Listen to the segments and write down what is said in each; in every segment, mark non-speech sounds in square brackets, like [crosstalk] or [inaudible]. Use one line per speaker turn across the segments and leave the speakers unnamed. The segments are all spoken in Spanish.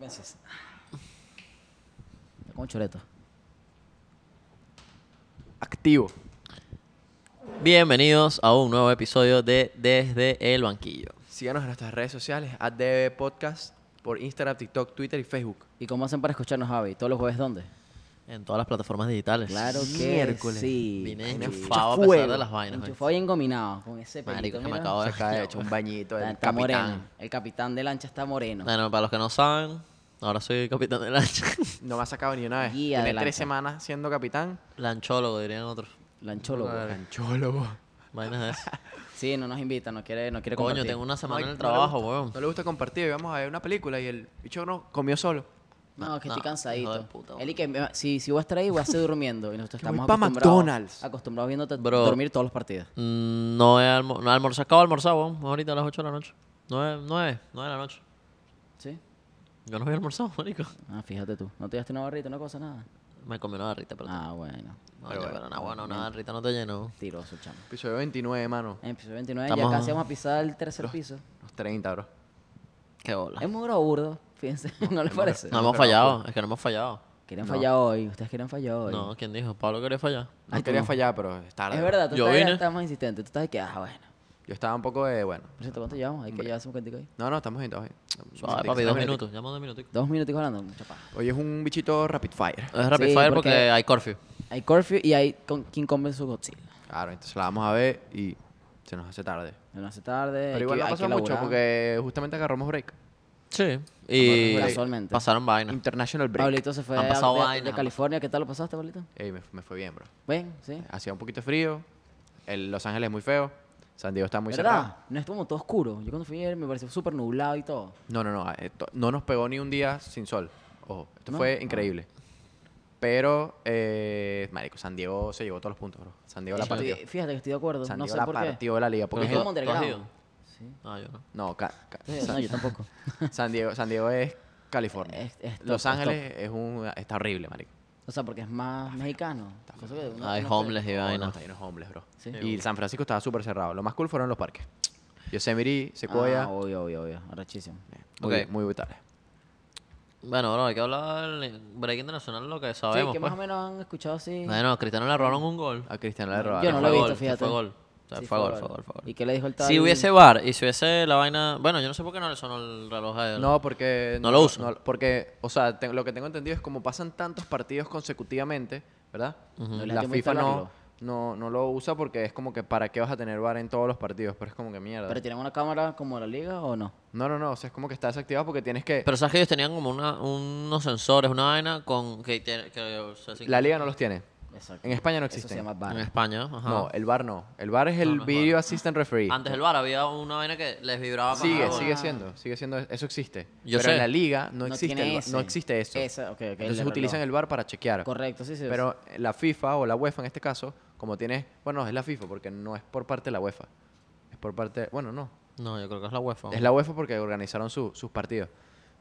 Gracias. Está como choreto.
Activo.
Bienvenidos a un nuevo episodio de Desde el Banquillo.
Síganos en nuestras redes sociales, ADB Podcast, por Instagram, TikTok, Twitter y Facebook.
¿Y cómo hacen para escucharnos, Javi? ¿Todos los jueves dónde?
En todas las plataformas digitales.
Claro que
Miércoles.
sí.
Vine
Vaina
enchufado a
fuego.
pesar de las vainas. ¿oíste?
Enchufado y engominado con ese pelito.
Marico, que me
mira.
acabo de
Se acaba de echar un bañito
Está,
del
está moreno.
capitán.
El capitán de lancha está moreno.
Bueno, para los que no saben, ahora soy capitán de [laughs] lancha.
No me ha sacado ni una vez.
Guía de
Tiene tres
lancha.
semanas siendo capitán.
Lanchólogo, dirían otros.
Lanchólogo.
Anchólogo.
Vainas de [laughs] eso.
Sí, no nos invita, no quiere, no quiere
Coño,
compartir.
tengo una semana
No,
en el
no le
trabajo,
gusta.
weón.
No le gusta compartir. Íbamos a ver una película y el bicho no comió solo.
No, que
No,
estoy cansadito.
hijo de puta,
Él y que me- si, si voy a estar ahí, voy a estar durmiendo. Y nosotros
Que voy
estamos
pa'
acostumbrados,
McDonald's.
acostumbrados viéndote
Bro.
dormir todos los partidos.
Mm, No he, almo- no he almorzado. Acabo de almorzar, weón. Ahorita a las 8 de la noche. 9, 9, 9 de la noche.
¿Sí?
Yo no había almorzado, [laughs] marico.
Ah, fíjate tú. ¿No te llevaste una barrita, una cosa, nada?
Me comí una barrita, pero...
Ah, bueno.
No, pero, no, bueno, una barrita no te llenó.
Tiroso, chamo.
Episodio 29, mano.
En episodio 29
Estamos-
ya casi vamos a pisar el tercer piso.
Los 30, bro.
Qué bola.
Hemos durado burdo, fíjense. [laughs] ¿No, les parece?
No pues. hemos fallado, es que no hemos fallado.
Querían fallar hoy. Ustedes querían fallar hoy.
No, ¿quién dijo? Pablo quería fallar.
No quería fallar, pero es tarde.
Es verdad, tú
Yo
estás,
vine.
estás más insistente. Tú estás de que, ah, bueno.
Yo estaba un poco de, bueno.
Por cierto, ¿cuánto llevamos? Hay que llevar un cuentico ahí.
No, no, estamos bien, estamos bien.
Suave, papi, dos minutos. Llamo dos minutos.
Dos minutos hablando, mucha paja.
Hoy es un bichito rapid fire.
Es rapid
Sí,
fire
porque-
porque hay curfew.
Hay curfew y hay con King Kong vs Godzilla.
Claro, entonces la vamos a ver y se nos hace tarde.
No hace tarde.
Pero igual no pasó mucho porque justamente agarramos break.
Sí. Y
Bueno, casualmente.
pasaron vainas.
International break.
Pablito se fue
Han
de,
pasado
de- de
vainas, han
California. ¿Qué tal lo pasaste, Pablito?
Ey, me, me fue bien, bro.
Ven, sí.
Hacía un poquito de frío. El Los Ángeles es muy feo. San Diego está muy cerrado.
¿Verdad? No es como todo oscuro. Yo cuando fui ayer me pareció súper nublado y todo.
No, no, no. esto- no nos pegó ni un día sin sol. Ojo, esto
Ah.
fue increíble. Pero, eh, marico, San Diego se llevó todos los puntos, bro. San Diego la
Estoy-
partió.
Fíjate que estoy de acuerdo.
San
no
Diego
sé
la
por qué.
partió de la liga.
Pero
Porque es
es
el-
como
¿Tú has ido?
underground. Sí.
Ah, yo no.
no, ca- ca-
Sí,
San,
No, yo tampoco.
[laughs] San Diego, San Diego es California.
Es- es top,
Los
es top.
Ángeles es un, está horrible, marico.
O sea, porque es más mexicano. Cosa que uno-
Ah,
Hay
uno-
homeless y
No, no,
vainas.
está lleno de hombres, bro.
Sí.
Y San Francisco estaba súper cerrado. Lo más cool fueron los parques. Yosemite, Sequoia.
Ah, obvio, obvio, obvio. Arrachísimo.
muy,
Ok.
muy brutales.
Bueno, bro, hay que hablar del break internacional, lo que
Sí,
sabemos.
que más o
pues.
menos han escuchado así.
Bueno, a Cristiano le robaron un gol.
A Cristiano le
Yo
robaron.
no
Que
lo he
fue
visto,
gol, que
fíjate.
Fue gol. O sea,
Sí,
fue gol, fue gol, fue gol.
¿Y qué le dijo el tal?
Si hubiese bar y si hubiese la vaina. Bueno, yo no sé por qué no le sonó el reloj a él.
No, porque...
No lo uso.
porque, o sea, te- lo que tengo entendido es como pasan tantos partidos consecutivamente, ¿verdad?
No les da
La
tiempo
FIFA no,
instalarlo.
no, no lo usa porque es como que para qué vas a tener VAR en todos los partidos, pero es como que mierda.
¿Pero tienen una cámara como la liga o no?
No, no, no, o sea, es como que está desactivado porque tienes que...
Pero sabes que ellos tenían como una, unos sensores, una vaina con que, tiene- que o sea, sin-
la liga no los tiene.
Exacto.
En España no
Eso
existen.
se llama
en
bar.
España. Ajá.
No, el VAR no. El VAR es el Video Assistant Referee.
Antes del bar había una vaina que les vibraba. para
Sigue,
cada
sigue
gol.
siendo, sigue siendo, eso existe.
Yo
pero
sé.
en la liga
No
no, existe,
tiene
el-
ese.
no existe eso.
Ese, ok, ok, el
Entonces
del
utilizan
reloj.
el VAR para chequear.
Correcto, sí, sí. sí.
Pero la FIFA o la UEFA en este caso, como tiene, bueno, es la FIFA porque no es por parte de la UEFA. Es por parte, bueno, no.
No, yo creo que es la UEFA.
Es la UEFA porque organizaron su- sus partidos.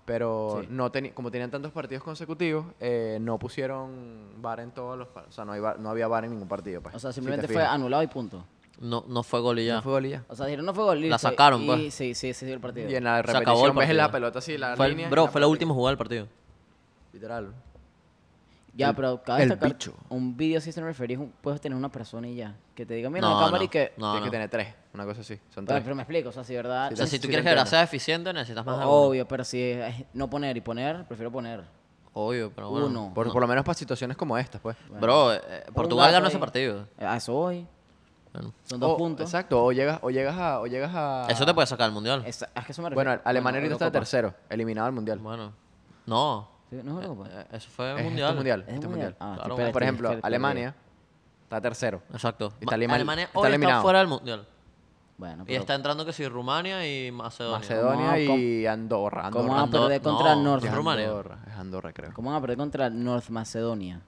Pero no teni- como tenían tantos partidos consecutivos, eh, no pusieron VAR en todos los, par- o sea, no, hay VAR no había VAR en ningún partido. pues,
O sea,
si te
simplemente fue
fijas.
anulado y punto.
No, no fue gol y ya.
No fue gol y ya.
O sea, dijeron no fue gol. listo,
sacaron,
y,
pues.
Sí, sí, sí, dio el partido.
Y en la
Se
repetición
acabó el
ves
partido.
la pelota así, la
Fue el-
línea. y
bro,
la
fue la
pelota.
última jugada del partido.
Literal.
Ya, pero cada
el
vez destacar,
bicho.
un video system referee es un- puedes tener una persona y ya. Que te diga, mira
No,
la cámara
no,
y que...
no,
Tienes que
no.
tener tres, una cosa así. Son
Pero,
tres.
pero me explico, o sea, si de verdad...
Sí,
O sea,
sí,
si tú
sí,
quieres
te
que la
entiendo.
sea eficiente, necesitas más de uno.
Obvio, pero si es no poner y poner, prefiero poner.
Obvio, pero bueno.
Uno.
Por, por lo menos para situaciones como estas, pues.
Bro, eh, eh,
Un
Portugal
gato
ganó
ahí.
ese partido. Oh,
Eh, A eso voy.
Bueno.
Son dos
O-
puntos.
Exacto, o llegas, o llegas a. O llegas a
Eso te puede sacar el mundial.
Esa- es que eso me refiero.
Bueno, Alemania ahorita está
Eurocopa.
tercero, eliminado al mundial.
Bueno. No.
Sí, ¿No es Europa?
eh, Eso fue
Es
mundial.
Este mundial.
¿Es
este
mundial?
mundial.
Ah, estoy
Claro,
perdido,
Por ejemplo,
estoy perdido.
Alemania está tercero.
Exacto.
Está
Ma-
Alemania-
Alemania
está
hoy está
eliminado.
fuera del mundial.
Bueno,
Y
pero
está entrando que si Rumania y Macedonia.
Macedonia
¿Cómo-
y Andorra.
¿cómo
Andorra.
van a
Andor-
perder contra
no,
North?
Es
es Rumania.
Andorra, es Andorra, creo.
¿Cómo van a perder contra North Macedonia?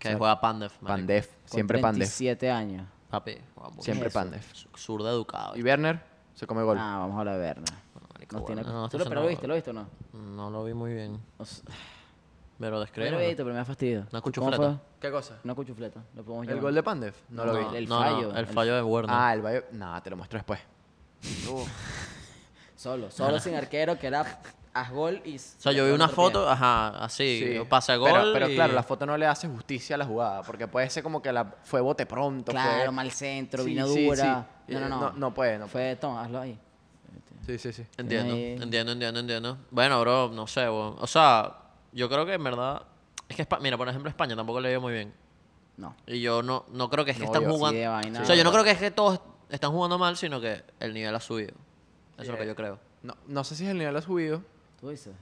Que juega Pandev. marico.
Pandef,
Con
siempre Pandef.
37 años.
Papi, juega mucho.
Siempre
eso?
Pandef.
Sur- Zurdo educado.
Y Werner se come gol.
Ah, vamos a la verna.
marico,
Nos tiene...
bueno, no,
¿Tú
está
lo, pero lo
haciendo-
viste, lo viste o no?
No lo vi muy bien.
O sea,
Pero
lo
descréelo.
he visto, pero me ha fastidio.
Una
¿Cómo
cuchufleta.
fue?
¿Qué cosa?
Una cuchufleta. Lo podemos
¿El
llamar.
gol de Pandef? No, lo vi.
el
no,
fallo,
el
el-
fallo de Werner.
Ah, el Bayern. Nada, te lo muestro después.
Solo, solo sin arquero, que era haz gol y...
O sea, yo vi una foto, ajá, así,
Sí.
o pase a gol.
Pero, pero
y-
claro, la foto no le hace justicia a la jugada, porque puede ser como que la fue bote pronto.
Claro,
fue-
mal centro,
Sí,
vino
sí,
dura.
sí.
No, no,
Eh,
no.
no- no puede, no
Fue, toma, hazlo ahí.
Sí, sí, sí.
Entiendo,
Ahí-
entiendo, entiendo, entiendo. Bueno, bro, no sé, weón. O sea, yo creo que en verdad. Es que, Espa- mira, por ejemplo, España tampoco le dio muy bien.
No.
Y yo no, no creo que es que
No,
están
yo sí,
jugando.
de vaina.
o sea, yo no creo que es que todos están jugando mal, sino que el nivel ha subido. Eso es lo que yo creo.
No, no sé si es el nivel ha subido.
Tú dices.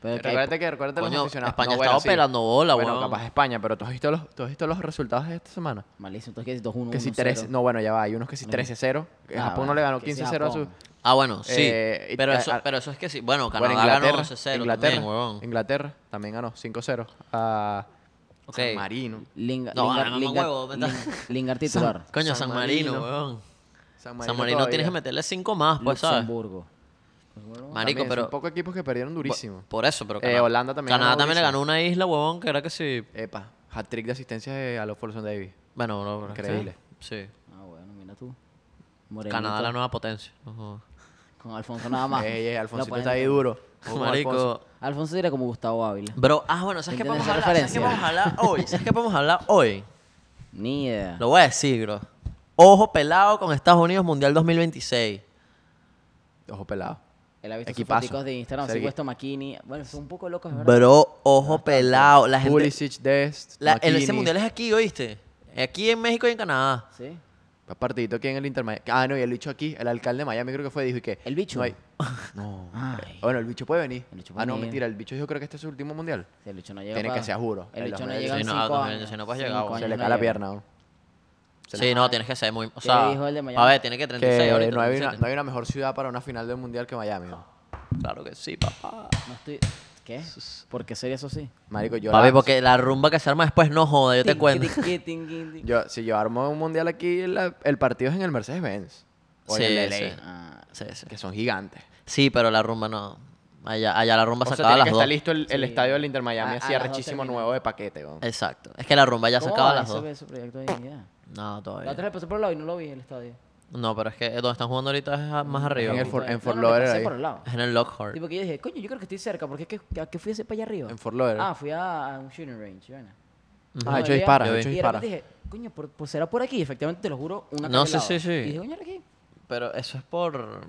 Pero que hay
Recuérdate que, recuérdate los
Coño,
aficionados.
España
No,
ha
bueno,
estado
sí.
pelando bola,
Bueno,
weón.
capaz España, pero ¿tú has visto los, tú has visto los resultados de esta semana?
malísimo. Entonces, que es 2-1,
Que si
1-0.
13, no, bueno, ya va, hay unos que si 13-0. que
Ah,
Japón
bueno,
no le ganó
que sí,
15-0 a su...
Japón.
Ah, bueno, sí.
Eh,
pero,
y-
eso,
a-
pero eso es que sí. Bueno,
Bueno,
Canadá ganó
Inglaterra,
11-0
Inglaterra,
también, weón.
Inglaterra también ganó 5-0 a
Ok.
San Marino.
Linga,
No,
Lingard-
ahora no me
Lingard-
huevo, ¿verdad?
Lingard- Lingard titular.
Coño, San,
San
Marino,
Marino.
weón.
San
San Marino
todavía.
tienes que meterle 5 más, pues, ¿sabes?
Luxemburgo.
Marico,
También,
pero.
Son pocos equipos que perdieron durísimo.
Por eso, pero.
Eh, Holanda también
Canadá
ganó
también le ganó
durísimo.
una isla, huevón, que era que sí.
Epa, hat-trick de asistencia de Alo Folsom Davis.
Bueno, bro, bro,
Increíble.
Sí. sí.
Ah, bueno, mira tú. Morenito,
Canadá la nueva potencia. no jodas.
Con Alfonso nada más.
[laughs] Ey, ey,
Lo
Alfonsito
ponen
está ahí
en-
duro. Ojo, Alfonso.
Marico.
Alfonso era como Gustavo Ávila.
Bro, ah, bueno, ¿sabes qué
¿Entiendes
podemos
esa
hablar? ¿Sabes qué podemos hablar hoy? ¿Sabes qué podemos hablar hoy?
Ni idea.
Lo voy a decir, bro. Ojo pelado con Estados Unidos Mundial 2026.
Ojo pelado.
Él ha visto sus
Equipazo.
foticos de Instagram, se ha
Sergi.
puesto Makini. Bueno, son un poco locos, es ¿verdad?
Bro,
Ah,
ojo pelado. La gente.
Pulisic, Dest,
la- el- ese
Makini.
mundial es aquí, ¿oíste? Aquí en México y en Canadá.
¿Sí?
Partidito aquí en el Inter Miami. Ah, no, y el bicho aquí, el alcalde de Miami creo que fue, dijo y que...
¿El bicho? [laughs]
No. hay- no.
Ay.
Bueno, el bicho puede venir.
El bicho puede
Ah, no,
venir.
mentira, el bicho yo creo que este es su último mundial.
Si el bicho no llega
Tiene que
pa-
ser, juro.
El
El
bicho no
hombre-
llega
Sí,
en
no,
cinco
no,
años.
si no puedes
Cinco
llegar, bueno.
Se
años
le
no
cae la
llega.
pierna. ¿no?
Sí, no, tienes que ser muy. O
¿Qué
sea,
dijo el de
a
Miami?
ver, tiene que 36
Que
ahorita.
no hay, una,
37.
no hay una mejor ciudad para una final del mundial que Miami. ¿no?
Claro que sí, papá.
No estoy... ¿Qué? ¿Por qué sería eso sí?
Marico, yo...
Papi,
la-
porque la rumba que se arma después no joda, yo te
Tin,
cuento.
tin, tin, tin, tin, tin.
yo- si yo armo un mundial aquí, la- el partido es en el Mercedes-Benz. O
Sí,
en el LA,
sí.
Ah,
Sí, sí.
Que son gigantes.
Sí, pero la rumba no. Allá, allá la rumba
O sea,
se
tiene
acaba a
que
las
estar
2.
listo el, el
Sí.
estadio del Inter
A-
Miami,
a
así
las dos
arrechísimo
termina.
nuevo de paquete, weón.
Exacto. Es que la rumba ya se
¿Cómo
acaba a
va
las
Oh, ese-
2.
ese proyecto de dignidad?
No,
La
todavía.
otra vez pasé por el lado y no lo vi en el estadio.
No, pero es que donde están jugando ahorita es a- más arriba.
En el For-
Fue-
en Fort
no, no,
Lauderdale
pasé
ahí.
por el lado.
Es en el Lockhart.
Tipo que yo dije, coño, yo creo que estoy cerca, porque es que, ¿a qué fui a ese para allá arriba?
En Fort Lauderdale.
Ah, fui a, a un shooting range, bueno.
Ah, de hecho
Yo
dispara,
llegué,
de hecho
y de
dispara.
repente dije, coño, por, por- será por aquí, efectivamente te lo juro, una
No,
calle al
sí,
lado.
sí, sí.
Y dije, coño, era aquí.
Pero eso es por.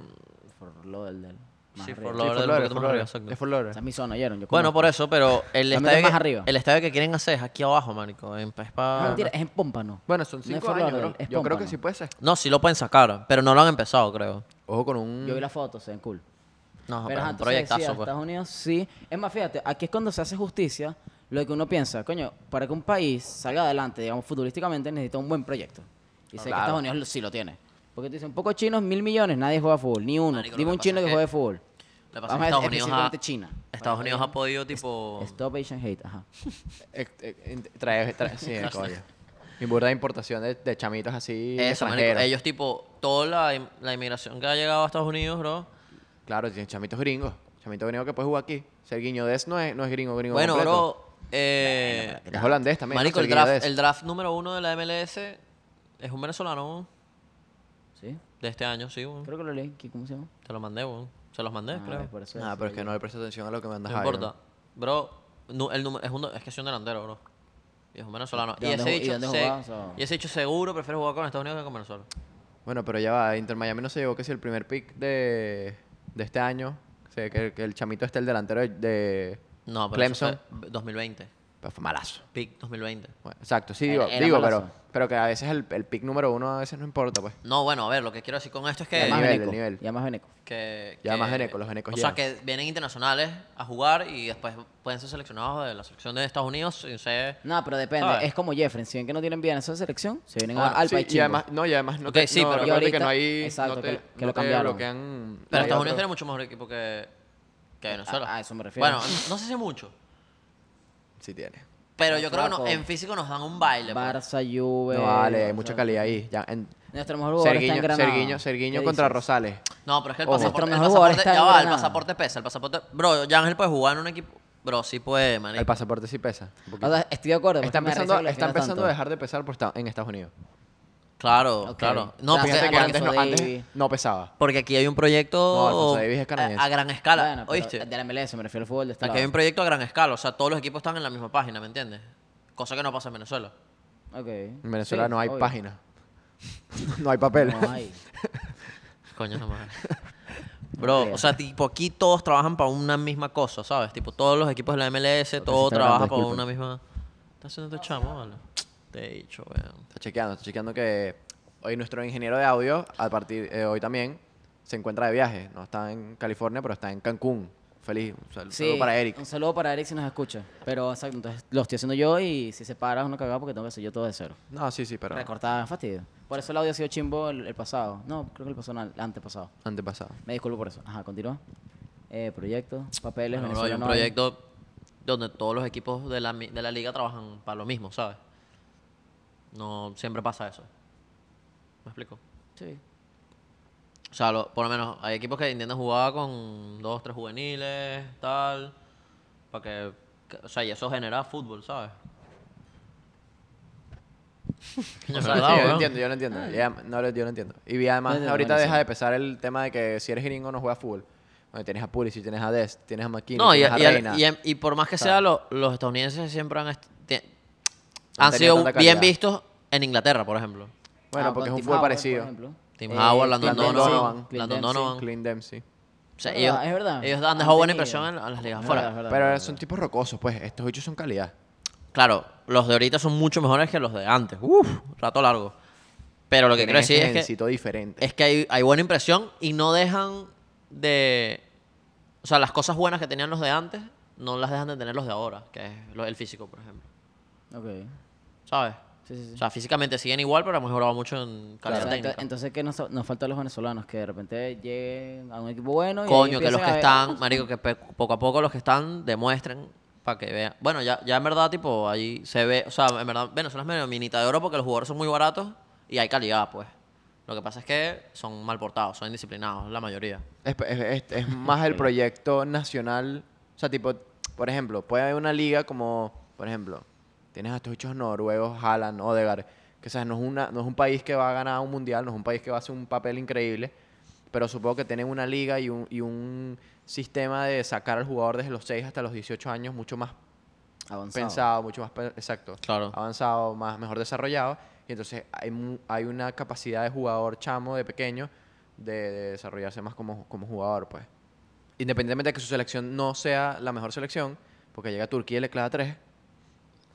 Por lo del del. más
Sí,
arriba.
por
Sí,
Lauderdale,
Fort
un poquito
Lauderdale,
más
Fort
arriba,
Lauderdale.
exacto.
Es Fort
Esa
Lauderdale.
es mi zona, ¿oyeron? Yo
Bueno,
conozco.
por eso, pero el
La
estadio,
meten
que,
más arriba.
el estadio que quieren hacer es aquí abajo, marico. En Pespa.
No, mentira, es en Pómpano.
ah, Bueno, son
No es
cinco
Fort
años,
Lauderdale,
bro.
es
Yo creo que
Pómpano.
sí puede ser.
No, sí lo pueden sacar, pero no lo han empezado, creo.
Ojo con un...
Yo vi las fotos, se ven cool.
No,
Pero
pero,
ajá,
un
entonces ah,
proyectazo,
decía,
pues.
Estados Unidos sí. Es más, fíjate, aquí es cuando se hace justicia lo que uno piensa, coño, para que un país salga adelante, digamos, futbolísticamente, necesita un buen proyecto. Y sé que
Claro.
Estados Unidos lo- sí lo tiene. Porque te dicen, pocos chinos, mil millones, nadie juega fútbol, ni uno.
Marico, lo
Dime
que
un
pasa
chino
es
que,
que-
juegue fútbol.
Lo que pasa es que
Vamos a
Estados
decir,
Unidos
específicamente
ha-
China.
Estados Unidos ha podido, tipo.
Stop Asian Hate, ajá.
Eh, eh, en- Trae, trae, sí, el coño. Y burda de importación de, de chamitos así
Eso, marico,
extranjeros.
Ellos, tipo, toda la, in- la inmigración que ha llegado a Estados Unidos, bro.
Claro, tienen chamitos gringos. Chamitos gringos que puede jugar aquí. Sergiño Des no es, no es gringo, gringo
Bueno,
completo.
bro. Eh,
Es holandés también. ¿no?
marico, el
Serginho
draft,
Dest.
el draft número uno de la MLS es un venezolano
¿Sí?
de este año, sí, weón.
Creo que lo leí. ¿qué- ¿Cómo se llama?
Te lo mandé, weón. Se los mandé,
Ah,
Eh, creo.
por eso
Ah,
decía
pero es
yo.
que no le presto atención a lo que me andas
No importa. Bro, nu- el número, es, un- es que es un delantero, bro. Y es un venezolano.
¿De
Y
dónde
ese,
ju- y
dicho,
dónde jugabas, o?
y ese dicho seguro prefiere jugar con Estados Unidos que con Venezuela.
Bueno, pero ya va. Inter Miami no se llevó que si el primer pick de, de este año. O sea, que, que el chamito este, el delantero de, de
No, pero eso
Clemson.
fue 2020.
Pero fue malazo.
Pick 2020.
Bueno, exacto, sí,
Era-
digo,
era
digo
malazo.
pero, pero que a veces el, el pick número uno a veces no importa, pues.
No, bueno, a ver, lo que quiero decir con esto es que...
El
Llamas
nivel,
Beneco,
el nivel.
Llamas Beneco.
que,
Ya
que-
más venecos, los venecos
O sea,
llegan.
que vienen internacionales a jugar y después pueden ser seleccionados de la selección de Estados Unidos sin ser...
No, pero depende.
¿Sabes?
Es como Jeffrey. Si ven que no tienen bien esa selección, se vienen
Ah,
a- al
sí,
país
y
chino.
además, no, y además no
Ok,
te,
sí,
no,
pero-
recuerda
Y
que no
ahorita-
hay,
exacto,
no
que
te,
lo- que
no
lo
te
cambiaron.
bloquean. no
Pero
hay
Estados
otro.
Unidos tiene mucho mejor equipo que, que Venezuela.
a eso me refiero.
Bueno, no sé si mucho,
Sí tiene.
pero yo creo que no-
Flaco.
en físico nos dan un baile. pues.
Barça, Juve.
No, vale, hay
Barça-
mucha calidad ahí. Ya, en,
Nuestro mejor jugador está en
Serguiño,
Granada.
Serguiño, Serguiño
¿Qué
contra
dices?
Rosales.
No, pero es que el
Ojo.
pasaporte, el
Nuestro mejor jugador
pasaporte-
está en
ya va, el
Granada.
pasaporte pesa, el pasaporte... Bro, Yangel puede jugar en un equipo... Bro, sí puede,
El
manico.
pasaporte sí pesa. un poquito.
O sea, estoy de acuerdo.
Está
porque me da
empezando,
risa que lo
está
defienda
empezando a
tanto.
dejar de pesar por esta- en Estados Unidos.
Claro,
Ok.
claro. No, porque,
Gracias,
Fíjate que
porque,
antes no,
Alonso
antes
Davis.
no pesaba.
porque aquí hay un proyecto
No, Alfonso Davis es canadiense.
a, a gran escala,
Bueno, pero
¿oíste?
De la MLS, me refiero al fútbol de este
Aquí hay un
lado.
proyecto a gran escala, o sea, todos los equipos están en la misma página, ¿me entiendes? Cosa que no pasa en Venezuela.
Ok.
En Venezuela
Sí,
no hay
obvio.
página. [laughs] no hay papel.
No hay.
Coño,
[laughs]
no mames. Bro, o sea, tipo, aquí todos trabajan para una misma cosa, ¿sabes? Tipo, todos los equipos de la MLS, todo
está
trabaja
grabando,
para
disculpen.
una misma... ¿Estás haciendo tu chamo, vale? Te he dicho, weón.
Está chequeando, está chequeando que hoy nuestro ingeniero de audio, a partir eh, hoy también, se encuentra de viaje. No está en California, pero está en Cancún. Feliz. [laughs] Un sal- saludo,
Sí,
para Eric.
Un saludo para Eric si nos escucha. Pero exacto, entonces lo estoy haciendo yo y si se para es una cagada porque tengo que hacer yo todo de cero.
No, sí, sí, pero
Recortada, fastidio. Por eso el audio ha sido chimbo el, el pasado. No, creo que el pasado, no, el antepasado.
antepasado.
Me disculpo por eso. Ajá, continúa. Eh, proyecto, papeles,
Bueno, bro, hay
Venezuela
un
no hay.
proyecto donde todos los equipos de la, mi- de la liga trabajan para lo mismo, ¿sabes? No siempre pasa eso. ¿Me explico?
Sí.
O sea, lo- por lo menos hay equipos que intentan jugar con dos, tres juveniles, tal, para que, que- o sea, y eso genera fútbol, ¿sabes? Coño,
O sea,
¿verdad,
sí, yo
weón?
lo entiendo, yo lo entiendo. Ya, no, lo- yo lo entiendo. Y vi, además,
Bueno,
ahorita
bueno,
deja
sí.
de pesar el tema de que si eres gringo no juegas fútbol. Bueno, tienes a Pulisic, tienes a Dest, tienes a McKinney,
No, y,
tienes
y-
a Reina.
y- y por más que sea, lo- los estadounidenses siempre han, est- tie-
Han
han
tenido
sido
tanta
bien
calidad.
vistos en Inglaterra, por ejemplo.
bueno,
Ah,
porque es
con
un
Tim
fútbol
Howard, por
parecido.
ejemplo.
Tim
Eh,
Howard, Landon
Landon
Donovan,
Donovan,
Landon
Clint
Donovan.
Clint Dempsey.
O sea,
Es
ellos,
verdad, es verdad.
ellos han
Han
dejado buena
tenido.
impresión en, en las ligas
Es
afuera.
verdad, es verdad.
Pero son tipos rocosos, pues. Estos hechos son calidad.
Claro, los de ahorita son mucho mejores que los de antes. Uf, rato largo. Pero lo que quiero
Tienen
decir
este
es que,
gencito diferente.
es que hay, hay buena impresión y no dejan de... O sea, las cosas buenas que tenían los de antes no las dejan de tener los de ahora, que es lo- el físico, por ejemplo.
Ok.
¿Sabes?
Sí, sí, sí.
O sea, físicamente siguen igual, pero han mejorado mucho en calidad
Exacto,
técnica.
Entonces, ¿qué nos, nos falta a los venezolanos? Que de repente lleguen a un equipo bueno y ahí
Coño, que
empiecen
los que
a ver-
están, marico, que pe- poco a poco los que están demuestren para que vean. Bueno, ya, ya en verdad, tipo, ahí se ve, o sea, en verdad Venezuela es medio minita de oro porque los jugadores son muy baratos y hay calidad, pues. Lo que pasa es que son mal portados, son indisciplinados, la mayoría.
Es, es- es- es más
[laughs]
el proyecto nacional. O sea, tipo, por ejemplo, puede haber una liga como, por ejemplo, tienes a estos hechos noruegos, Haaland, Odegaard, que sabes, no es, una, no es un país que va a ganar un mundial, no es un país que va a hacer un papel increíble, pero supongo que tienen una liga y un, y un sistema de sacar al jugador desde los 6 hasta los 18 años mucho más
Avanzado.
pensado, mucho más, pe- exacto,
Claro.
avanzado, más mejor desarrollado. Y entonces hay, mu- hay una capacidad de jugador chamo, de pequeño, de, de desarrollarse más como, como jugador, pues. Independientemente de que su selección no sea la mejor selección, porque llega a Turquía y le clava tres.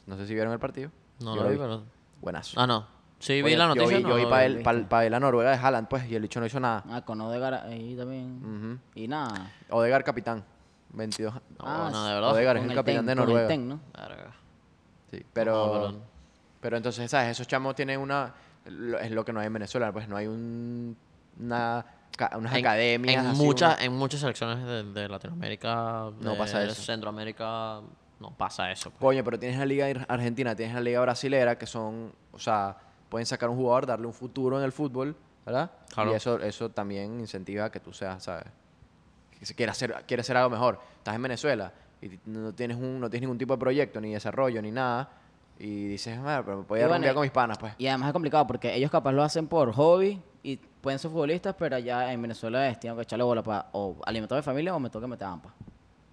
No sé si vieron el partido.
No
Yo
lo vi, pero.
Buenazo.
Ah, no. Sí, vi
Oye,
la noticia.
Yo vi,
no
yo vi
lo
para
vi.
el, pa' el- pa' el la Noruega de Haaland, pues, y el dicho no hizo nada.
Ah, con Odegaard ahí también.
Ujú.
Y nada.
Odegaard capitán, 22.
No,
Ah,
no, de
sí.
verdad.
Odegaard es
Con
el
el Ten-
capitán de
con el
Noruega.
Ten, ¿no?
Verga.
Sí, pero,
perdón.
pero entonces, ¿sabes? Esos chamos tienen una... lo- es lo que no hay en Venezuela, pues no hay un, una, ca- unas
En-
academias.
En,
así,
muchas, en muchas selecciones de, de Latinoamérica,
No
de
pasa eso.
Centroamérica, no pasa eso.
una-
pues.
Coño, pero tienes la liga ir- argentina, tienes la liga brasilera, que son, o sea, pueden sacar un jugador, darle un futuro en el fútbol, ¿verdad?
Claro.
Y eso, eso también incentiva a que tú seas, ¿sabes? Que se- quieras hacer, quieres hacer algo mejor. Estás en Venezuela y ti- no tienes, un, no tienes ningún tipo de proyecto, ni desarrollo, ni nada. Y dices, "Ah, pero me voy
Y
a
bueno,
rumbear
y-
con mis panas, pues.
Y además es complicado porque ellos capaz lo hacen por hobby y pueden ser futbolistas, pero allá en Venezuela es, tengo que echarle bola para o alimentar a mi familia o me toca meter ampa.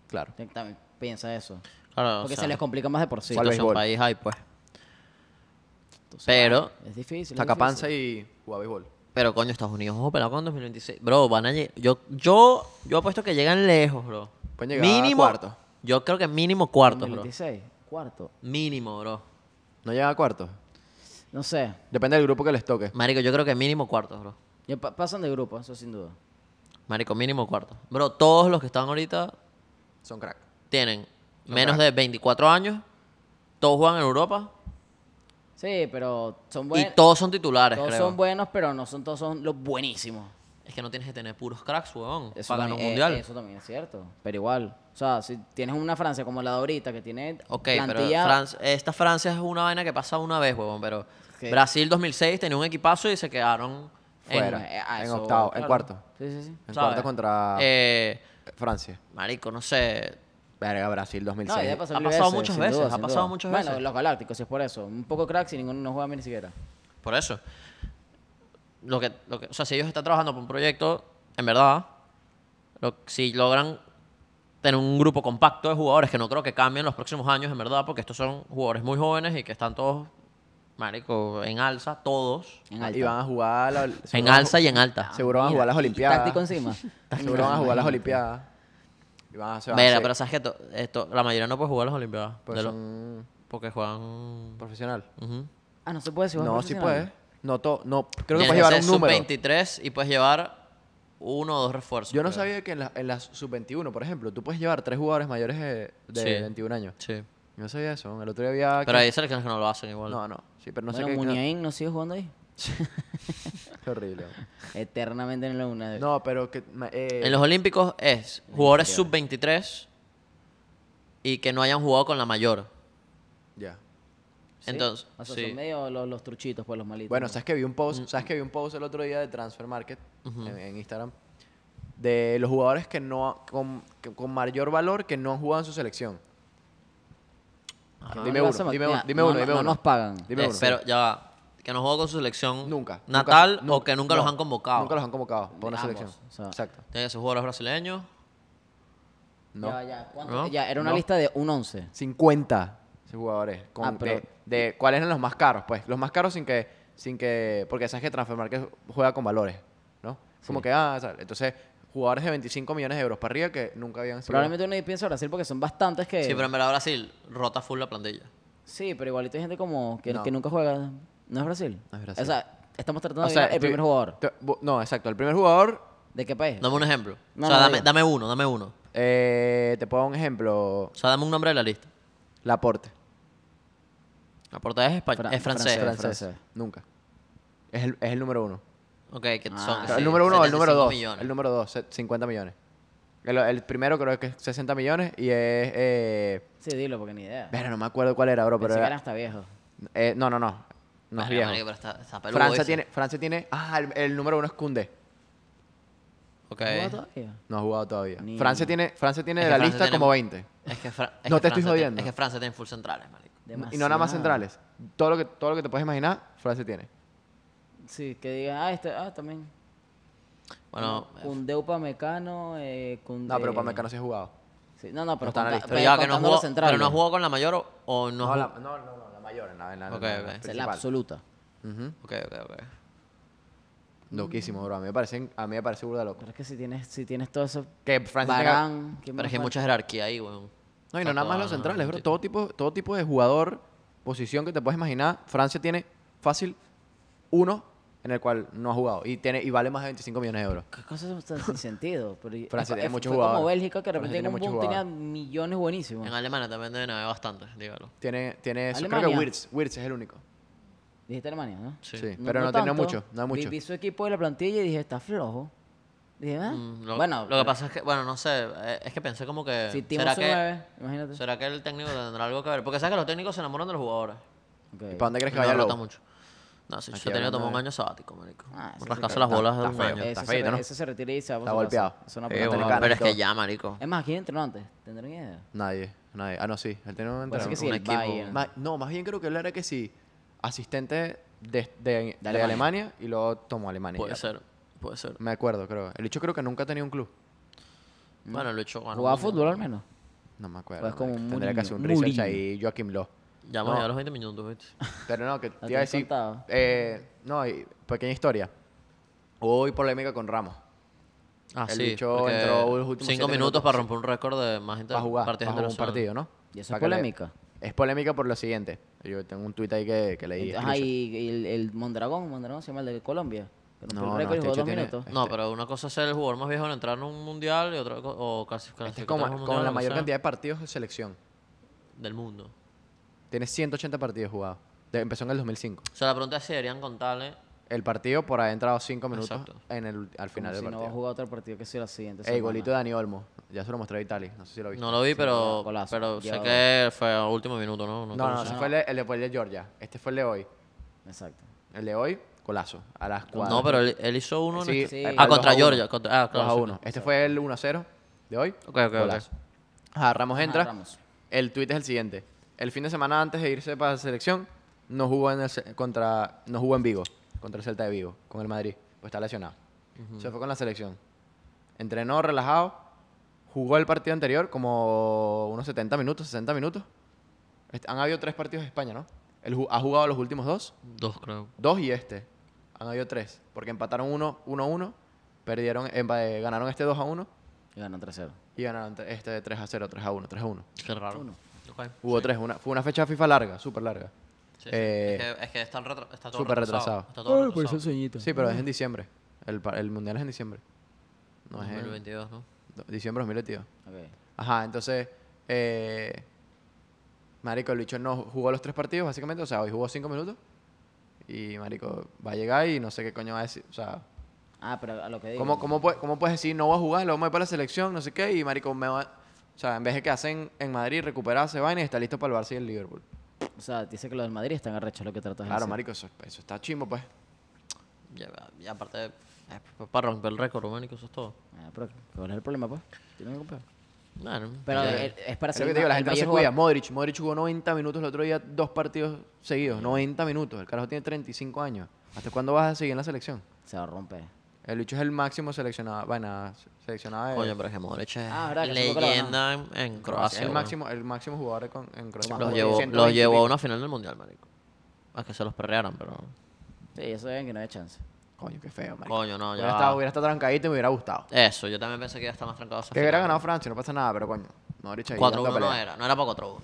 Claro.
Tien- También piensa eso.
Claro, o
Porque
sea,
se les complica más de por sí.
Para el béisbol.
situación país hay, pues.
Entonces,
Pero-
Es difícil. es
Saca panza
difícil.
y juega béisbol.
Pero coño, Estados Unidos, ojo, pelado con 2026. Bro, van a llegar. Yo, yo, yo apuesto que llegan lejos, bro.
Pueden llegar a cuarto.
Yo creo que mínimo cuarto, bro.
2026, cuarto.
Mínimo, bro.
No llega a cuartos.
No sé.
Depende del grupo que les toque.
Marico, yo creo que mínimo cuarto, bro.
Ya pa- pasan de grupo, eso sin duda.
Marico, mínimo cuarto. Bro, todos los que están ahorita
Son crack.
tienen menos de 24 años. Todos juegan en Europa.
Sí, pero son buenos.
y todos son titulares,
Todos
creo.
son buenos, pero no son todos son los buenísimos.
Es que no tienes que tener puros cracks, weón.
Eso
para ganar un
también- eh,
mundial.
eso también es cierto. Pero igual. O sea, si tienes una Francia como la de ahorita que tiene
Ok, pero
plantilla.
Fran- esta Francia es una vaina que pasa una vez, huevón, pero
Ok.
Brasil 2006 tenía un equipazo y se quedaron en-
Fuera.
eh, ah,
en
eso,
octavo, en
claro.
cuarto.
Sí, sí, sí.
En
¿sabes?
cuarto contra
Eh,
Francia.
marico, no sé.
Verga, Brasil
No,
2006.
ya pasó
Ha
mil
pasado muchas
sin
veces,
duda,
ha
sin
pasado
duda.
muchas
bueno,
veces.
los galácticos, es por eso. Un poco cracks y ninguno no juega bien ni siquiera.
Por eso. lo que, lo que, o sea, si ellos están trabajando por un proyecto, en verdad, lo- si logran tener un grupo compacto de jugadores que no creo que cambien los próximos años, en verdad, porque estos son jugadores muy jóvenes y que están todos, marico, en alza, todos.
En alta.
Y van a jugar a la- seguro
en
van a-
alza y en alta.
Seguro van a
Mira,
jugar las
y- y
Olimpiadas.
Táctico encima.
[laughs] Seguro van a jugar las Olimpiadas. Y van a, se van a
Mira,
hacer-
pero sabes que to- esto, la mayoría no puede jugar las Olimpiadas.
pero
de lo-
son
porque juegan.
profesional.
Ujú.
Ah, no se puede si vas
No, sí
profesional.
puede. No, to- no, creo que
Tienes
puedes llevar
ser
un número.
sub-23 y puedes llevar uno o dos refuerzos.
Yo no
creo.
sabía que en las en las sub-21, por ejemplo, tú puedes llevar tres jugadores mayores de, de
Sí.
21 años.
Sí.
Yo no sabía eso. El otro día había...
Pero hay selecciones que no lo hacen igual.
No, no. Sí, pero no
bueno,
sé qué...
Muniain no sigue jugando ahí.
Qué horrible.
Eternamente en la luna.
No, pero que... ma- eh,
En los Olímpicos es jugadores sub-23 y que no hayan jugado con la mayor.
Ya.
¿Sí?
Entonces,
Ah,
O sea,
sí. Eh,
son medio los, los truchitos, pues los malitos.
Bueno,
¿no?
sabes que vi un
Mm,
post, sabes que vi un post el otro día de Transfer Market en, en Instagram de los jugadores que no con, que- con mayor valor que no han jugado en su selección.
No
Dime
le
uno,
vas a-
dime,
mira,
uno, dime
no,
uno,
no-
dime
no
uno.
nos pagan.
Dime
Eh,
uno.
Pero ya va, que no jugó con su selección
Nunca. nunca-
natal o que nunca los
no,
han convocado.
Nunca los han convocado por una
Ambos,
selección.
o sea.
Exacto.
Tienen que ser jugadores brasileños.
No.
Ya, ya, ¿cuánto?
¿No?
Ya, era una
No.
lista de un 11.
50 jugadores. Con,
Ah, pero-
de, de- ¿Cuáles eran los más caros? Pues los más caros sin que. sin que Porque sabes que Transfer Market juega con valores, ¿no? Como que, ah, o sea, entonces, jugadores de 25 millones de euros para arriba que nunca habían sido.
Probablemente uno piensa Brasil porque son bastantes que.
Eh.
Sí, pero en verdad Brasil rota full la plantilla.
Sí, pero igualito hay gente como que,
No.
que nunca juega. ¿No es Brasil?
No es Brasil.
O sea, estamos tratando
O
de
sea,
adivinar el
estoy-
primer jugador.
te- bu- No, exacto. El primer jugador,
¿De qué país?
Dame un ejemplo.
No,
o sea,
no,
dame,
digo.
dame uno, dame uno.
eh, te pongo un ejemplo,
O sea, dame un nombre de la lista.
Laporte.
La portada es, espa-
Fra-
es francés.
francés.
Francés. Nunca. Es el, es el número uno.
Ok, que
Ah.
son.
el
sí,
número uno o el
75
número dos.
millones.
El número dos, se- 50 millones. El, el primero creo que es 60 millones y es... Eh,
Sí, dilo, porque ni idea.
bueno, no me acuerdo cuál era, bro, pero...
Pensé que
era-
eran hasta viejos.
eh, no, no, no. No es
Verga, marico,
viejo.
pero está- está peludo
Francia
ese.
tiene, Francia tiene... Ah, el, el número uno es Koundé.
Ok.
eh,
¿No juega todavía?
No ha jugado todavía.
Ni-
Francia tiene, Francia tiene
Es
de
que
la
Francia
lista
tiene
como
mu-
20.
Es que, Fra- es
No
que
te estoy
Francia tiene-
jodiendo.
es que Francia tiene full centrales, marico.
Y no nada más
Demasiado.
centrales. Todo lo que, todo lo que te puedes imaginar, Francia tiene.
Sí, que diga, ah, este, ah, también.
Bueno, eh,
Un Deupa Mecano, eh, con.
No, pero Pamecano sí ha jugado.
Sí, no, no, pero.
está en
conta-
la lista.
pero
pero
ya que
contando
no
los
jugó, pero
centrales.
no jugó con la mayor o, o no,
No,
jugó.
la, no, no, no, la mayor, en la, en la, en
Ok,
la- en la
ok.
Es
principal.
la absoluta.
Ujú.
Ok, ok, ok.
Loquísimo, bro. A mí me parece, a mí me parece burda loco.
Pero es que si tienes, si tienes todo eso.
Que Francia tenga-
Barán, ¿quién
Pero es
más
que hay
falta?
mucha jerarquía ahí, weón.
No, y no nada más los
Ah,
centrales, bro.
sí.
Todo tipo, todo tipo de jugador, posición que te puedes imaginar, Francia tiene fácil uno en el cual no ha jugado y tiene y vale más de 25 millones de euros.
¿Qué cosas tan sin sentido? Pero y-
Francia
eh,
tiene
eh,
muchos
fue Como
jugadores.
Bélgica, que de
Francia
repente
tiene
en un
muchos
boom tenía
jugadores.
millones buenísimos.
En Alemania también deben haber bastantes, dígalo.
Tiene, tiene eso. Creo que
Alemania.
Wirtz, Wirtz es el único.
Dijiste Alemania, ¿no?
Sí.
Sí. pero no tenía mucho, no mucho.
Vi, vi su equipo de la plantilla y dije, está flojo. Dije, ah.
Mm, Lo,
bueno,
lo que pasa es que, bueno, no sé. eh, Es que pensé como que.
si Timo
¿será,
es
que
9, imagínate.
¿Será que el técnico tendrá algo que ver? Porque sabes que los técnicos se enamoran de los jugadores.
Ok.
¿Y para dónde crees que
No,
vaya
rota
Lowe?
mucho. No, sí,
Aquí
se ha tenido que
hablando
tomar un
de-
año sabático, marico.
Ah, sí,
Rascarse
sí,
las
está-
bolas de
está
un
feo.
año.
Ese
está
se
feito,
re-
¿no?
Ese se retira y se va por
Está
su
golpeado.
casa. Eso no
Sí,
puede
bueno.
tener
ganas
Pero
y
es que
todo.
ya, marico.
Es más, ¿quién entrenó antes? ¿Tendrán idea?
Nadie, nadie. Ah, no, sí. Él tiene un
Parece que sí,
un
el
equipo.
Bayern.
Ma- no, más bien creo que él era que sí, asistente de, de- de Alemania.
Alemania.
y luego tomó Alemania.
Puede
ya.
ser, puede ser.
Me acuerdo, creo. El hecho creo que nunca ha tenido un club.
Bueno, lo he hecho. ganó
¿Jugaba
un mundial.
fútbol al menos?
No me acuerdo.
Pues como
marico.
un
Tendría que hacer un
Mourinho,
research
Mourinho.
ahí, Joaquim Lowe.
Ya hemos llegado a los 20 minutos, ¿viste?
Pero
[laughs]
no, que te iba a
tienes
decir.
contado?
eh, no, y pequeña historia. Hubo hoy polémica con Ramos.
Ah,
El
sí.
bicho
porque
entró los últimos
Cinco
siete
minutos
minutos.
para romper un récord de más inter-
Para jugar,
partidos
pa' jugar un partido,
internacionales.
¿no?
¿Y eso
Pa'
es
que le-
polémica?
Es polémica por lo siguiente. Yo tengo un tuit ahí que, que leí.
Entonces,
screenshot.
ahí y el, el Mondragón, Mondragón se llama el de Colombia. Que rompió
No,
el
no,
récord y
este
jugó
bicho
dos
tiene-
minutos.
No, pero una cosa es ser el jugador más viejo en entrar en un mundial y otra co- o casi
Este es como, con la mayor cantidad de partidos de selección.
del mundo.
Tiene 180 partidos jugados. De- empezó en el 2005.
O sea, la pregunta es si deberían contarle.
El partido por haber entrado 5 minutos
Exacto.
en el, al
Como
final
si no
del
va a
partido.
jugar otro partido que sea la siguiente.
El
semana.
golito de Dani Olmo. Ya se lo mostré a Vitali. No sé si lo viste.
No lo vi, pero,
golazo,
pero sé
ya-
que fue a último minuto, ¿no?
No, no,
conocí.
ese fue el, el de- fue el de Georgia. Este fue el de hoy.
Exacto.
El de hoy, colazo. A las 4.
No, pero él, él hizo uno. en
Sí,
este-
sí.
Ah,
Al
2
contra
a 1.
Georgia. contra- ah, claro.
a
sí.
1. Este fue el 1-0 de hoy.
Ok, ok, ok.
Golazo. Ajá, Ramos entra.
Ramos.
El tweet es el siguiente. El fin de semana antes de irse para la selección, no jugó en, el se- contra, no jugó en Vigo. contra el Celta de Vigo, con el Madrid, pues está lesionado. Se fue con la selección. Entrenó relajado, jugó el partido anterior como unos 70 minutos, 60 minutos. Est- Han habido tres partidos de España, ¿no? Él ju- ha jugado los últimos dos,
Dos, creo.
dos y este. Han habido tres, porque empataron uno, uno, uno, perdieron, empa- eh, ganaron este 2 a 1
Y ganó 3-0.
y ganaron te- este 3 a 0, 3 a 1, 3 a 1.
Qué raro.
Uno.
Ok.
Hubo tres, una, fue una fecha FIFA larga, súper larga.
Sí, sí.
Eh,
es que, es que están retra- está todo
súper retrasado.
Está todo retrasado.
sueñito.
Sí, pero es
mm.
en diciembre. El, pa- el mundial es en diciembre. No es en
2022, ¿no?
do- diciembre 2022. Ajá, entonces. Eh, Marico, el bicho no jugó los tres partidos, básicamente. O sea, hoy jugó cinco minutos. Y Marico va a llegar y no sé qué coño va a decir. O sea,
Ah, pero a lo que digo.
¿cómo, cómo, pue- cómo puedes decir no voy a jugar, luego me voy para la selección, no sé qué? Y Marico me va. O sea, en vez de que hacen en Madrid, recuperarse, van y está listo para el Barça y el Liverpool.
O sea, dice que los del Madrid están arrechos lo que tratas de
Claro,
decir.
Marico, eso, eso está chimbo, pues.
Ya, y aparte, eh, pa- para romper el récord, Románico, eso es todo.
Ah, pero ¿cuál es el problema, pues? Tienen que comprar.
Bueno,
Pero
ya.
el- es para
Es lo
ser
que te digo, la
el
gente no se
mayor
cuida.
jugador-
Modric, Modric jugó 90 minutos el otro día, dos partidos seguidos. 90 minutos. El carajo tiene 35 años. ¿Hasta cuándo vas a seguir en la selección?
Se va a romper.
El bicho es el máximo seleccionado. Bueno, seleccionado de-
Coño, pero es que Modric es
Ah, verdad, que se fue con la
leyenda en, en
es
Croacia.
el
weón.
máximo, el máximo jugador con- en Croacia.
Los
Con
llevó,
120
los
y
llevó a
pico.
una final del mundial, marico. Es que se los perrearan, pero.
Sí, eso es que no hay chance.
Coño, qué feo, marico.
Coño, no, ya.
Hubiera estado, hubiera estado trancadito y me hubiera gustado.
Eso, yo también pensé que ya está más trancado. esa
Que hubiera
final.
ganado Francia, no pasa nada, pero coño. Modric ahí. dando
4-1 no
pelea.
era, no era para 4-1.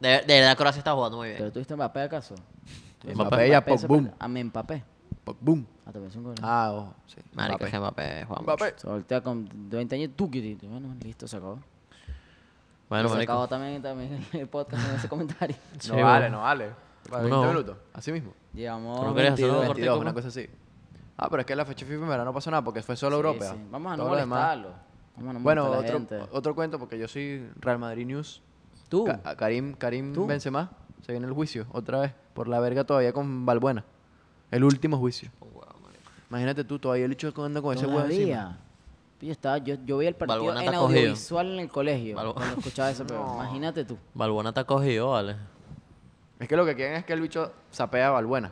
De, de verdad, Croacia está jugando muy bien.
¿Pero tuviste Mbappé acaso?
Mbappé ya,
Mbappé se
boom,
perdió. A mí Mbappé.
boom.
A tu un gol.
Ah, ojo, sí.
Marico,
Mbappé.
es que Mbappé juega mucho.
Mbappé.
Se voltea con 20 años. Tú, quitito. Bueno, listo, se acabó.
Bueno,
se
marico.
acabó también, también [laughs] el podcast con ese
[laughs]
comentario.
Sí,
No
weón.
vale, no vale. Para 20
No.
minutos, así mismo.
¿Tú no
Llevamos
querías hacer
22.
algo
22, una
cortico,
cosa así. Ah, pero es que la fecha FIFA en verdad no pasó nada porque fue
Sí,
solo europea.
sí. Vamos a no
Todo lo demás-
molestarlo. Vamos a no
Bueno,
molestar a la
otro,
gente.
otro cuento porque yo soy Real Madrid News.
Tú.
Ca- a Karim, Karim
Tú.
Benzema se viene el juicio otra vez por la verga todavía con Balbuena. El último juicio.
Oh, weón, marico.
Imagínate tú todavía el hecho anda con ese huevo encima.
Todavía. Yo, estaba, yo, yo veía el partido
Balbuena
en
está cogido.
audiovisual en el colegio.
Balbu-
Cuando escuchaba eso, pero imagínate tú.
Balbuena está cogido, vale.
Es que lo que quieren es que el bicho sapea a Balbuena.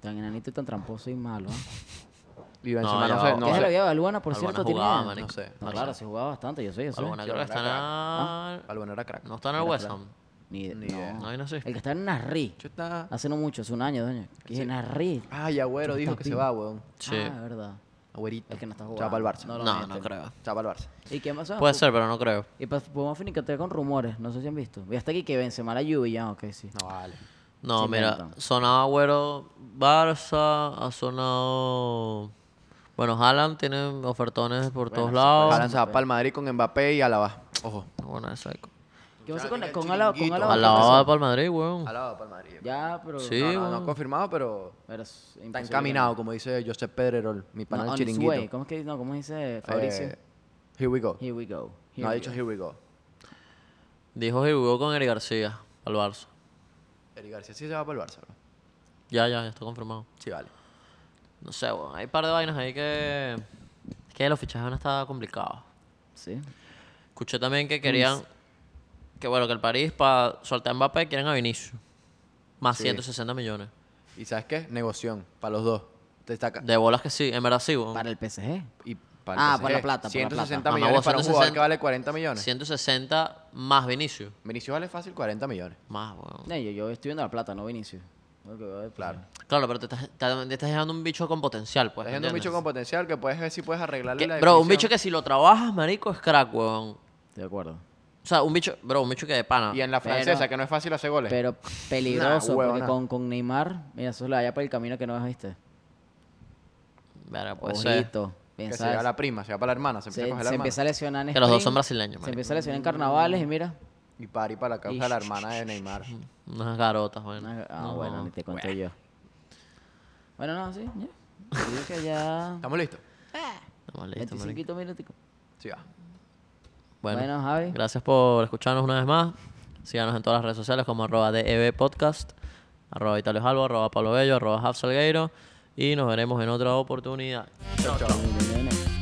Tan enanito y tan tramposo y malo. ¿eh?
Y Benzema
ya
no,
va.
sé,
¿Qué
no
¿Qué es
sé.
la vida de Balbuena, por
Balbuena
cierto?
jugaba,
tiene...
marico.
No sé.
No, claro, se jugaba bastante, yo sé, yo sé.
Balbuena creo que está en. el-
Balbuena era crack.
No está en el West Ham.
Ni, idea.
Ni
no.
idea.
No, ahí no sé.
El que está en Nasri.
El bicho está...
Hace no mucho, hace un año, doña. Que en Nasri.
Ay, Agüero dijo que se va, weón.
Sí.
Ah, verdad.
Agüerito.
Es que no está jugando.
Se va para el Barça.
No, lo
No,
meten.
no creo.
Se va para el Barça.
¿Y qué más? Ah,
Pues-
Puede ser, pero no creo.
Y pa- podemos finiquitar con rumores, no sé si han visto. Y hasta aquí que Benzema la Juve ya, ok, sí.
No vale.
No,
Se
mira,
inventan.
sonaba Agüero Barça, ha sonado. Bueno, Haaland tiene ofertones por todos lados.
Haaland se va para el Madrid con Mbappé y Alaba. Ojo.
Bueno, eso hay.
¿Qué pasó con, con Alaba? Con Alaba,
Al
¿qué
lado
pasó?
de Palma Madrid, weón.
Alaba para el Madrid.
Ya, pero...
Sí,
No, no,
weón.
no confirmado, pero
Pero es
está
imposible
encaminado, como dice Josep Pedrerol, mi
que no. No,
pana
on
del
its
chiringuito.
way. ¿Cómo es que no, cómo dice Fabricio?
Eh, here we go.
Here we go. Here
no ha
we
dicho
go.
here we go.
Dijo que jugó con Eri García al Barça.
Eric García sí se va para el Barça, bro.
Ya, ya, ya está confirmado.
Sí, vale.
No sé, weón. Hay un par de vainas ahí que. Es que los fichajes van a estar complicados.
Sí.
Escuché también que querían. Que bueno, que el París para soltar a Mbappé quieren a Vinicius. Más 160 millones.
¿Y sabes qué? Negoción, para los dos. Te saca.
De bolas que sí, en verdad sí, weón.
Para el PSG.
Y para
Ah,
PSG,
por la plata, por la plata.
160
Mamá,
millones
vos
para un jugador
160.
que vale 40 millones.
160 más Vinicius.
Vinicius vale fácil 40 millones.
Más, weón.
No, yo, yo estoy viendo la plata, no Vinicius. Lo que veo es-
Claro.
Claro, pero te estás, te- te estás dejando un bicho con potencial, pues.
Estás viendo un
¿entiendes?
bicho con potencial que puedes ver si puedes arreglarle
Que-
la
Bro, un bicho
definición.
que si lo trabajas, marico, es crack, weón. O
Estoy de acuerdo.
sea, un bicho, bro, un bicho que de pana.
Y en la
Pero-
francesa, que no es fácil hacer goles.
Pero peligroso,
huevo,
porque
nah.
con, con Neymar, mira, eso es la allá para el camino que no ves, ¿viste?
Verga, puede ser.
Ojito.
que
Piensa
se va
eso.
a la prima, se va para la hermana, se
se,
empieza a coger
se
la
empieza a
hermana.
lesionar en
Que los dos
spring,
son brasileños,
Se
marico.
empieza a lesionar en carnavales y mira.
Y para y para la causa de la hermana de Neymar.
Unas garotas, bueno.
Ah, ah,
No,
bueno, ni te conté yo. Bueno, no, sí, ya. Yo digo que
[laughs]
ya.
¿Estamos listos?
no, listo, marico.
25 minutos.
Sí, va.
Bueno,
Bueno, Javi.
gracias por escucharnos una vez más. Síganos en todas las redes sociales como arroba DEB Podcast, arroba Italio Jalbo, arroba Pablo Bello, arroba Haf Salgueiro. Y nos veremos en otra oportunidad.
Chao, chao.
Mira, mira, mira.